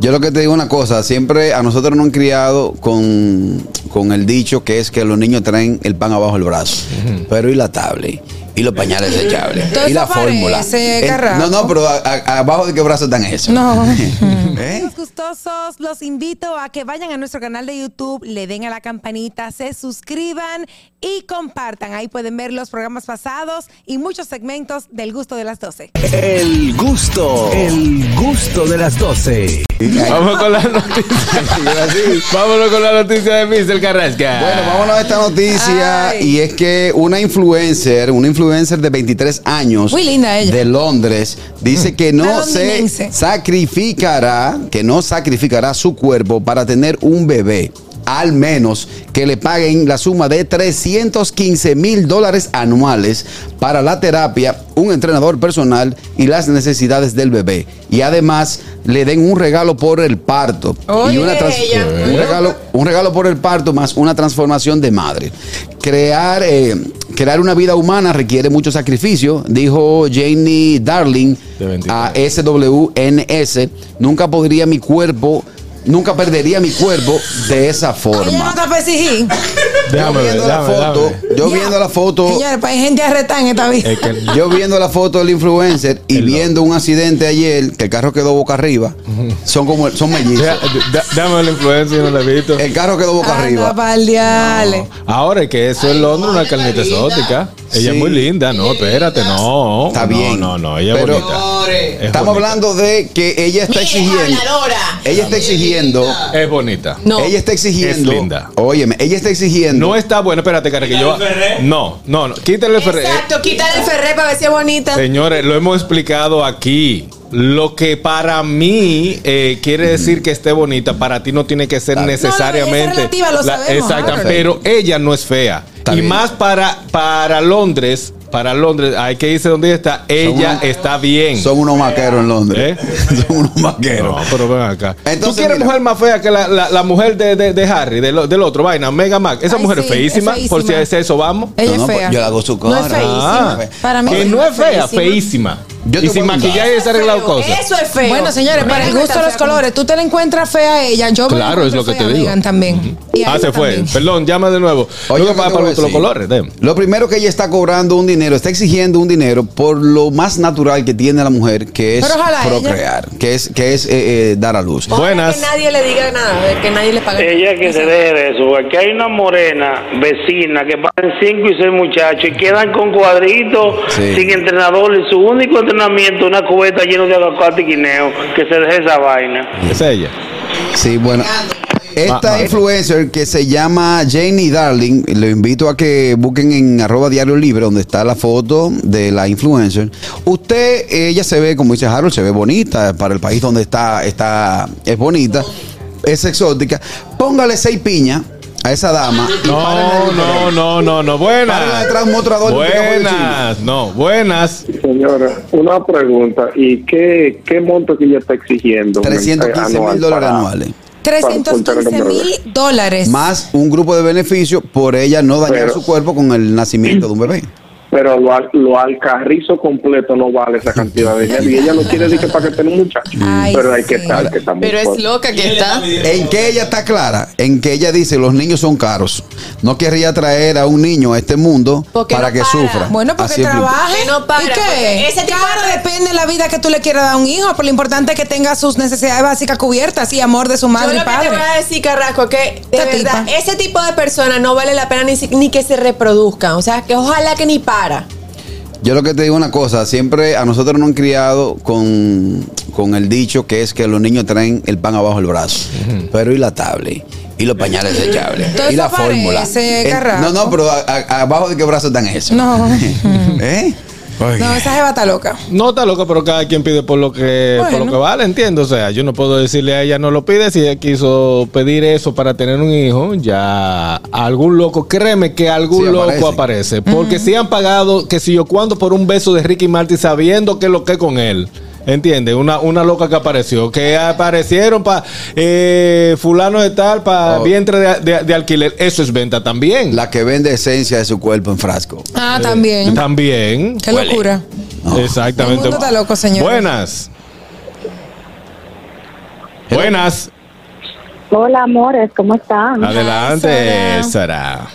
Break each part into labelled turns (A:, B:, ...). A: Yo lo que te digo una cosa, siempre a nosotros nos han criado con, con el dicho que es que los niños traen el pan abajo del brazo, pero y la tablet, y los pañales desechables,
B: Todo
A: y la
B: eso
A: fórmula.
B: parece,
A: Eh,
B: Carrasco.
A: no, no, pero a- a- abajo de qué brazo están esos.
B: No.
A: ¿Eh?
C: Amigos gustosos, los invito a que vayan a nuestro canal de YouTube, le den a la campanita, se suscriban y compartan. Ahí pueden ver los programas pasados y muchos segmentos del gusto de las 12.
D: El gusto, el gusto de las 12.
E: Vamos con la noticia. Vámonos con la noticia de Mr. Carrasca.
A: Bueno, vámonos a esta noticia.
B: Ay.
A: Y es que una influencer, una influencer de 23 años.
B: Muy linda ella.
A: De Londres. Dice que no
B: Una
A: se
B: londinense.
A: sacrificará, que no sacrificará su cuerpo para tener un bebé. Al menos que le paguen la suma de 315 mil dólares anuales para la terapia, un entrenador personal y las necesidades del bebé. Y además le den un regalo por el parto. y
B: Oye,
A: una trans-
B: ella.
A: un regalo un regalo por el parto más una transformación de madre. Crear, eh, crear una vida humana requiere mucho sacrificio, dijo Janie Darling
E: De 23.
A: a SWNS. Nunca podría mi cuerpo, nunca perdería mi cuerpo de esa
B: Ella no
A: forma.
B: está para exigir.
E: Déjame
A: yo
E: ver,
A: viendo
E: déjame,
A: la foto,
E: déjame.
A: yo
B: Ya.
A: viendo la foto,
B: Señores, pues hay gente arrestada en esta vida.
E: Es que-
A: yo viendo la foto del influencer y
E: El
A: viendo un accidente ayer que el carro quedó boca arriba, son como son
E: Deja-
A: mellizos.
E: da- Dame la influencia, no la he visto.
A: El carro quedó boca
B: Anda,
A: arriba.
B: pa'l diale.
E: Ahora es que eso es Londres, una carnita exótica. Ella
A: Sí.
E: es muy linda, no, espérate, no.
A: Está
E: No,
A: bien.
E: No, no, ella
A: Pero-
E: es bonita. Es
A: Estamos
E: bonita.
A: hablando de que ella está exigiendo. Ella está exigiendo.
E: Es bonita.
B: No.
A: Ella está exigiendo.
E: Es linda.
A: Óyeme, ella está exigiendo.
E: No está bueno, espérate, cara, que yo. No, no, no, quítale el ferré.
B: Exacto, quítale el ferré para ver si es bonita.
E: Señores, lo hemos explicado aquí. Lo que para mí eh, quiere decir que esté bonita, para ti no tiene que ser
B: No,
E: necesariamente.
B: no, es relativa, lo sabemos,
E: exacta,
B: Harold.
E: pero ella no es fea.
A: Está
E: y
A: bien.
E: más para, para Londres, para Londres, hay que irse donde ella está. Ella
A: una-
E: está bien.
A: Son unos maqueros en Londres. Son unos
E: ¿Eh? No,
A: maqueros.
E: pero ven acá.
A: Entonces,
E: ¿Tú quieres
A: mira.
E: mujer más fea que la, la- la mujer de, de- de Harry, del, del otro vaina, Mega Mac? Esa
B: Ay,
E: mujer
B: sí,
E: es feísima,
B: es
E: por si
B: feísima.
E: es eso, vamos.
B: Ella
A: No, no,
B: es fea.
A: yo le hago su
B: No es
A: cara.
B: feísima.
A: Ah,
B: Para mí
E: que
B: ella
E: no es fea, feísima.
A: Yo te
E: Y sin
A: voy a mandar.
E: maquillaje se ha arreglado cosas.
B: Eso es feo. Bueno, señores, para el
C: Mira,
B: gusto de
C: está
B: los
C: fea como-
B: colores, tú te la encuentras fea a ella. Yo me la
E: Claro, es
B: encuentro
E: lo que
B: fea
E: te
B: a
E: digo.
B: Megan también. Y a
E: Ah,
B: ella
E: se fue.
B: también.
E: Perdón, llama de nuevo.
A: Oye,
E: Oye,
A: ¿qué te
E: para,
A: voy a
E: para los
A: decir?
E: colores. dem.
A: Lo primero que ella está cobrando un dinero, está exigiendo un dinero por lo más natural que tiene la mujer, que es
B: Pero ojalá ella-
A: procrear, que es, que es eh, eh, dar a luz.
E: Buenas.
B: nadie le diga nada, que nadie le pague.
F: Ella que se deje de eso. Aquí hay una morena vecina que pasan cinco y seis muchachos y quedan con cuadritos,
A: Sí.
F: sin entrenador. Y su único entrenamiento una cubeta llena de aguacate y guineo. Que se deje esa vaina.
E: Es ella.
A: Sí, bueno. Esta
E: Ma- ma-
A: influencer que se llama Janie Darling, lo invito a que busquen en arroba diario libre donde está la foto de la influencer. Usted, ella se ve, como dice Harold, se ve bonita para el país donde está, está es bonita, es exótica. Póngale seis piñas a esa dama. y párenla
E: No,
A: ahí.
E: no, no, no, no.
A: Párenla
E: Buenas.
A: detrás de un mostrador de picapo de
E: Buenas. No, buenas.
G: Señora, una pregunta. ¿Y qué, qué monto que ella está exigiendo?
A: 315 mil
G: Anual
A: dólares
G: para-
A: anuales.
G: para apuntar
B: 315
G: el número.
B: mil dólares.
A: Más un grupo de beneficios por ella no dañar
G: Pero-
A: su cuerpo con el nacimiento de un bebé.
G: Pero lo, al- lo alcarrizo completo no vale esa cantidad de dinero. Y ella no quiere decir que para que tenga un muchacho.
B: Ay,
G: pero hay que
B: sí.
G: estar, que está muy
H: Pero es
G: fuerte.
H: loca que está.
A: En que ella está clara, en que ella dice los niños son caros. No querría traer a un niño a este mundo
H: Porque
A: para
H: no
A: que
H: para.
A: sufra.
B: Bueno, porque
A: Así es, Blinky.
B: trabaje.
H: Que no para,
B: ¿Y
H: porque
B: qué?
H: ese tipo
B: claro,
H: de-
B: depende de la vida que tú le quieras dar a un hijo, pero lo importante es que tenga sus necesidades básicas cubiertas y amor de su
H: Yo
B: madre
H: lo
B: y
H: que te
B: padre.
H: voy a decir, Carrasco, que de
B: Esta
H: verdad,
B: tipa.
H: ese tipo de personas no vale la pena ni, si- ni que se reproduzcan. O sea, que ojalá que ni para.
A: Yo lo que te digo una cosa, siempre a nosotros nos han criado con, con el dicho que es que los niños traen el pan abajo del brazo. Pero y la tablet, y los pañales desechables,
B: Todo
A: y la
B: eso
A: fórmula.
B: parece,
A: Eh,
B: Carrasco.
A: no, no, pero a- a- abajo de qué brazo están esos.
B: No.
A: ¿Eh?
B: No, esa jeva está loca.
E: No está loca, pero cada quien pide por lo que por
B: Bueno.
E: lo que vale, entiendo. O sea, yo no puedo decirle a ella no lo pide. Si ella quiso pedir eso para tener un hijo, ya algún loco, créeme que algún
A: Sí,
E: loco
A: aparecen.
E: aparece. Porque si han pagado, que si yo cuánto por un beso de Ricky Martin sabiendo que lo que con él. ¿Entiendes? Una, una loca que apareció, que aparecieron para fulano de tal, para
A: Oh.
E: vientre de, de- de alquiler. Eso es venta también.
A: La que vende esencia de su cuerpo en frasco.
B: Ah, también.
E: También.
B: Qué locura.
A: No.
E: Exactamente.
B: El mundo está loco, señores.
E: Buenas. Buenas.
I: Hola, amores, ¿cómo están?
E: Adelante, Sara.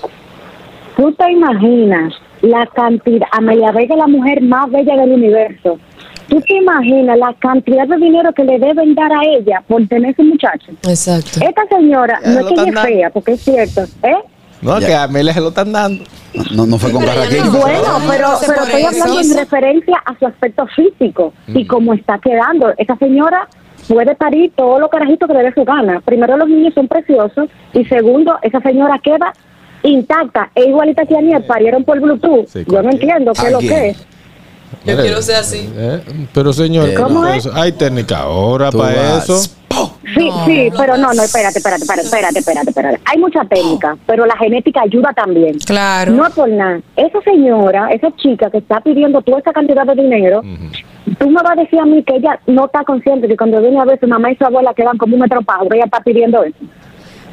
I: Tú te imaginas la cantidad, Amelia Vega es la mujer más bella del universo. Tú te imaginas la cantidad de dinero que le deben dar a ella por tener su muchacho.
H: Exacto.
I: Esta señora
E: Ya
I: no
E: lo
I: es que ella
E: están
I: es fea, porque es cierto, ¿eh?
E: No,
A: Ya.
E: que a Amelia se lo están dando.
A: No, no fue con
H: Pero ya
A: Carraquín.
H: no.
I: Bueno,
H: Ay,
I: pero,
H: entonces
I: pero
H: por
I: estoy hablando
H: eso.
I: en referencia a su aspecto físico y cómo está quedando. Esa señora puede parir todos los carajitos que le dé su gana. Primero, los niños son preciosos y segundo, esa señora queda intacta e igualita que Aniel, parieron por Bluetooth.
E: Sí,
I: Yo no
E: cualquier-
I: entiendo qué es lo
A: Alguien.
I: que es.
H: Yo
E: Mire,
H: quiero ser así.
E: eh, pero señor,
A: Eh,
I: ¿Cómo
E: pero
I: es?
E: eso- hay técnica ahora
A: Tú
E: para
A: vas.
E: eso.
I: Sí, sí, pero no, no, espérate, espérate, espérate, espérate, espérate, espérate. Hay mucha técnica, pero la genética ayuda también.
B: Claro.
I: No es por nada. Esa señora, esa chica que está pidiendo toda esa cantidad de dinero, tú me vas a decir a mí que ella no está consciente que cuando viene a ver su mamá y su abuela quedan como un atropado, ella está pidiendo eso.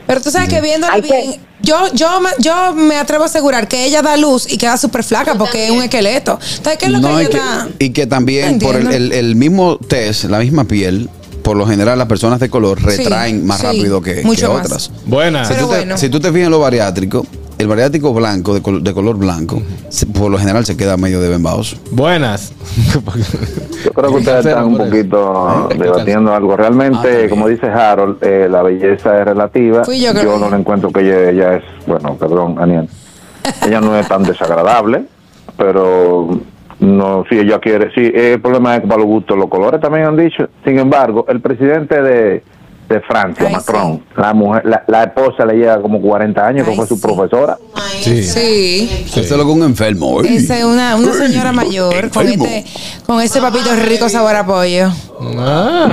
B: Pero tú sabes que viéndola
I: Hay
E: pues.
I: que-
B: bien, yo, yo, me- yo me atrevo a asegurar que ella da luz y queda súper flaca porque es un esqueleto. Entonces, ¿qué es lo
A: No,
B: que
A: y,
B: ella
A: que,
B: da?
A: y que también
B: No
A: por el, el-
B: entiendo.
A: el mismo test, la misma piel, por lo general las personas de color retraen más
B: sí,
A: rápido que,
B: mucho
A: que
B: más.
A: otras.
E: Buenas.
A: Si tú,
B: Pero
A: te,
B: bueno.
A: si tú te fijas en lo bariátrico, el bariátrico blanco, de, col- de color blanco, se- por lo general se queda medio de bembaos.
E: Buenas.
G: Yo creo que ustedes están un poquito debatiendo algo. Realmente, como dice Harold, eh, la belleza es relativa.
B: Fui yo que lo
G: no
B: dije.
G: le encuentro que ella, ella es, bueno, perdón, Aniel. Ella no es tan desagradable, pero no, si ella quiere, sí, eh, el problema es que para los gustos, los colores también han dicho. Sin embargo, el presidente de, de Francia,
B: Ay,
G: Macron, la mujer, la, la esposa le lleva como 40 años, que
B: Ay,
G: fue su
B: sí.
G: profesora.
E: Sí.
B: Sí.
A: Eso es lo que un enfermo. ey.
B: Esa es una, una
A: Ey,
B: señora mayor con
A: enfermo.
B: este, con ese papito rico sabor a pollo.
E: Ah.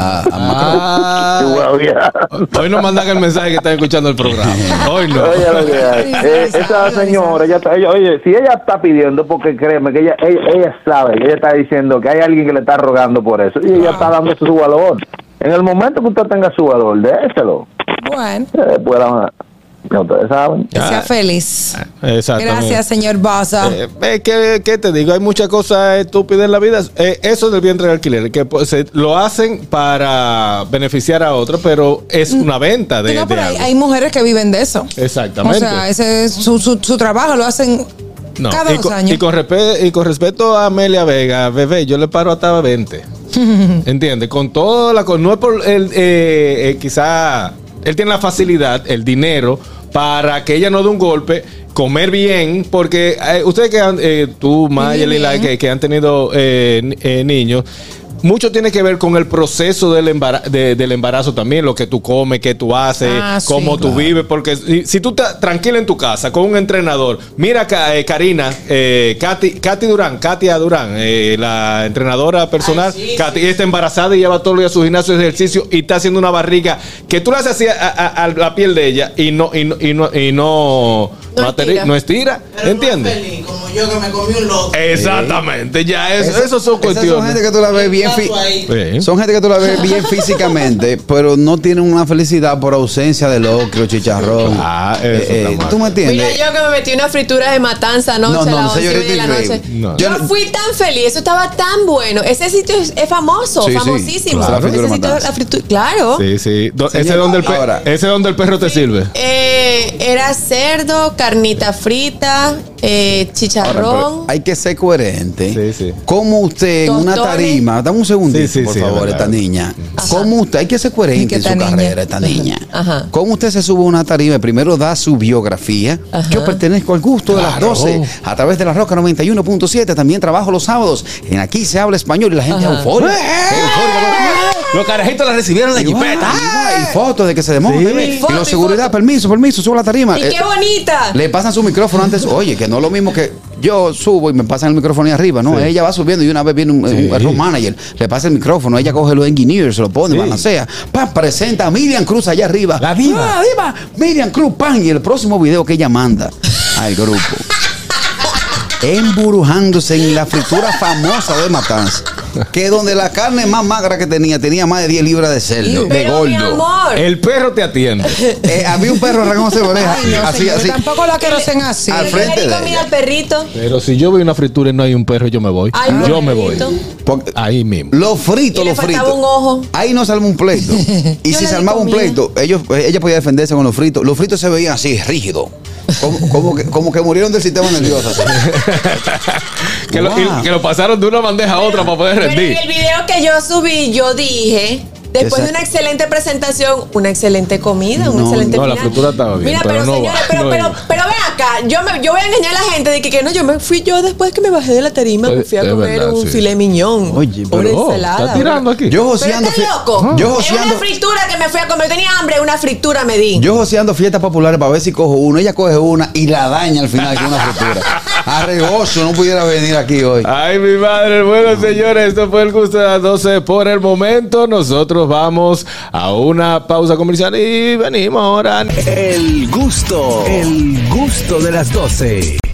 A: Ah, ah,
E: Ah. Hoy nos mandan el mensaje que están escuchando el programa. Hoy no.
G: Oye, lo que hay. Eh, esa señora, ella está- ella- oye, si ella está pidiendo, porque créeme que ella, ella, ella sabe, ella está diciendo que hay alguien que le está rogando por eso, y ella está dando su valor. En el momento que usted tenga su valor, déselo.
B: Bueno,
G: Eh, Después, la- ya ustedes saben.
B: que sea feliz.
E: Ah, Exactamente.
B: Gracias, señor Bosa.
E: Eh, eh, ¿qué, qué te digo? Hay muchas cosas estúpidas en la vida. Eh, eso del vientre de alquiler, que pues, se- lo hacen para beneficiar a otros, pero es una venta de,
B: Mm. No,
E: de
B: pero hay,
E: algo.
B: hay mujeres que viven de eso. O
E: Exactamente.
B: sea, ese es su, su, su trabajo, lo hacen
E: No,
B: cada
E: y,
B: dos
E: con,
B: años.
E: y con respe- y con respeto a Amelia Vega, bebé, yo le paro hasta 20. ¿Entiendes? Con toda la cosa. No es por el, eh, eh, quizá él tiene la facilidad, el dinero, para que ella no dé un golpe, comer bien, porque eh, ustedes que han, eh, tú, Mayel y la que, que han tenido eh, ni- eh, niños. Mucho tiene que ver con el proceso del, embara- de- del embarazo también, lo que tú comes, qué tú haces,
B: Ah, sí,
E: cómo tú
B: claro.
E: vives, porque si, si tú estás tranquila en tu casa con un entrenador, mira Ka- eh, Karina, eh, Katy, Katy Durán, Katia Durán, eh, la entrenadora personal, Katy está embarazada y lleva todos los días su gimnasio de ejercicio y está haciendo una barriga que tú la haces así a, a- a la piel de ella y no y no y no, y no,
H: No
E: no ateri-
H: estira.
E: no estira, ¿entiendes?
J: Como yo que me comí un loco.
E: Exactamente, ya eso,
A: Esa-
E: esos son
A: esas Son gente
E: cuestiones.
A: que tú la ves bien, fi-
E: Sí.
A: son gente que tú la ves bien físicamente, pero no tienen una felicidad por ausencia de locro, chicharrón. Eh,
E: Ah, eso está mal.
A: ¿Tú me entiendes?
H: Mira, yo que me metí una fritura de matanza
A: No,
H: anoche
A: no,
H: a las once y
A: señorita
H: media de la noche.
A: increíble. No.
H: Yo
A: Yo no-
H: fui tan feliz, eso estaba tan bueno. Ese sitio es, es famoso,
A: Sí, sí,
H: famosísimo.
A: claro. La fritura
H: Ese
A: de
H: sitio,
A: matanza.
H: la fritura, claro.
E: Sí, sí. Do- ese es
A: Señor,
E: donde el, pe-
A: ahora.
E: ese es donde el perro te sirve.
H: Eh, era cerdo, carnita frita, eh, chicharrón.
A: Hay que ser coherente.
E: Sí, sí.
A: ¿Cómo usted en una
H: Tostones.
A: tarima? Dame un segundito,
E: Sí, sí,
A: por
E: sí,
A: favor,
E: verdad.
A: esta niña. ¿Cómo usted? Hay que ser coherente
B: Ay, que
A: en su
B: esta niña.
A: carrera, esta niña.
H: Ajá.
A: ¿Cómo usted se sube a una tarima? y Primero da su biografía. Yo pertenezco al gusto de
E: Claro.
A: las 12 a través de la Roca 91.7. También trabajo los sábados. En aquí se habla español y la gente eufórica.
E: ¡Eh!
A: Eufórica.
E: Los carajitos la recibieron en
A: Y, va,
E: jipeta.
A: y va, y fotos de que se demora. Y
H: Foto y
A: los seguridad, permiso, permiso, sube a la tarima.
H: ¡Y
A: Eh,
H: qué bonita!
A: le pasan su micrófono antes. Oye, que no es lo mismo que yo subo y me pasan el micrófono ahí arriba. No, ella va subiendo y una vez viene un, un road manager, le pasa el micrófono, ella coge los engineers, se lo pone, balancea. Pan, presenta a Miriam Cruz allá arriba.
E: La diva.
A: Ah, diva. Miriam Cruz, pan. Y el próximo video que ella manda al grupo. Emburujándose en la fritura famosa de Matanza. que donde la carne más magra que tenía tenía más de 10 libras de cerdo, de
H: Pero, mi
A: gordo.
H: amor.
E: El perro te atiende.
A: Eh, había un perro arrancó de oreja,
B: Ay, no,
A: así,
B: señor,
A: así.
B: Tampoco la quiero hacer así.
A: Al
H: Pero
A: frente
H: yo le di
A: de
H: comida
A: ella.
H: al perrito.
E: Pero si yo veo una fritura y no hay un perro, yo me voy.
H: Ay,
E: yo me voy.
H: pobrecito.
A: Porque-
E: Ahí mismo.
A: Los
H: Y
A: fritos,
H: le
A: los
H: faltaba
A: fritos.
H: un ojo.
A: Ahí no se armó un pleito. Y
H: Yo
A: si
H: le
A: se
H: di
A: armaba un
H: comida.
A: pleito, ellos, ella podía defenderse con los fritos. Los fritos se veían así, rígidos. Como, como que, como que murieron del sistema nervioso. así.
E: Que, lo,
A: Wow.
E: y- que lo pasaron de una bandeja a otra para poder
H: Pero
E: rendir.
H: en el video que yo subí, yo dije, después de una
A: Exacto.
H: excelente presentación, una excelente comida, un
A: No,
H: excelente
E: no, la
H: final.
E: fritura estaba bien,
H: Mira,
E: pero
H: pero,
E: no
H: señores,
E: va,
H: pero,
E: no
H: pero,
E: iba.
H: pero ven acá, yo, me- yo voy a engañar a la gente de que, que no, yo me fui yo después que me bajé de la tarima, me
E: Pues,
H: fui a
E: es
H: comer
E: verdad,
H: un
E: sí.
H: filet miñón,
A: Oye,
H: una
E: Oh,
H: ensalada.
E: está tirando
H: una-
E: aquí.
A: Yo
H: Pero
A: joseando.
H: estás
A: fie-
H: loco.
A: Yo
H: es una
A: joseando.
H: fritura que me fui a comer. Tenía hambre, una fritura me di.
A: Yo joseando fiestas populares para ver si cojo una. Ella coge una y la daña al final con una fritura. Arregoso, no pudiera venir aquí hoy.
E: Ay, mi madre. Bueno, señores, esto fue el gusto de las 12 por el momento. Nosotros vamos a una pausa comercial y venimos ahora.
D: El gusto, el gusto de las 12.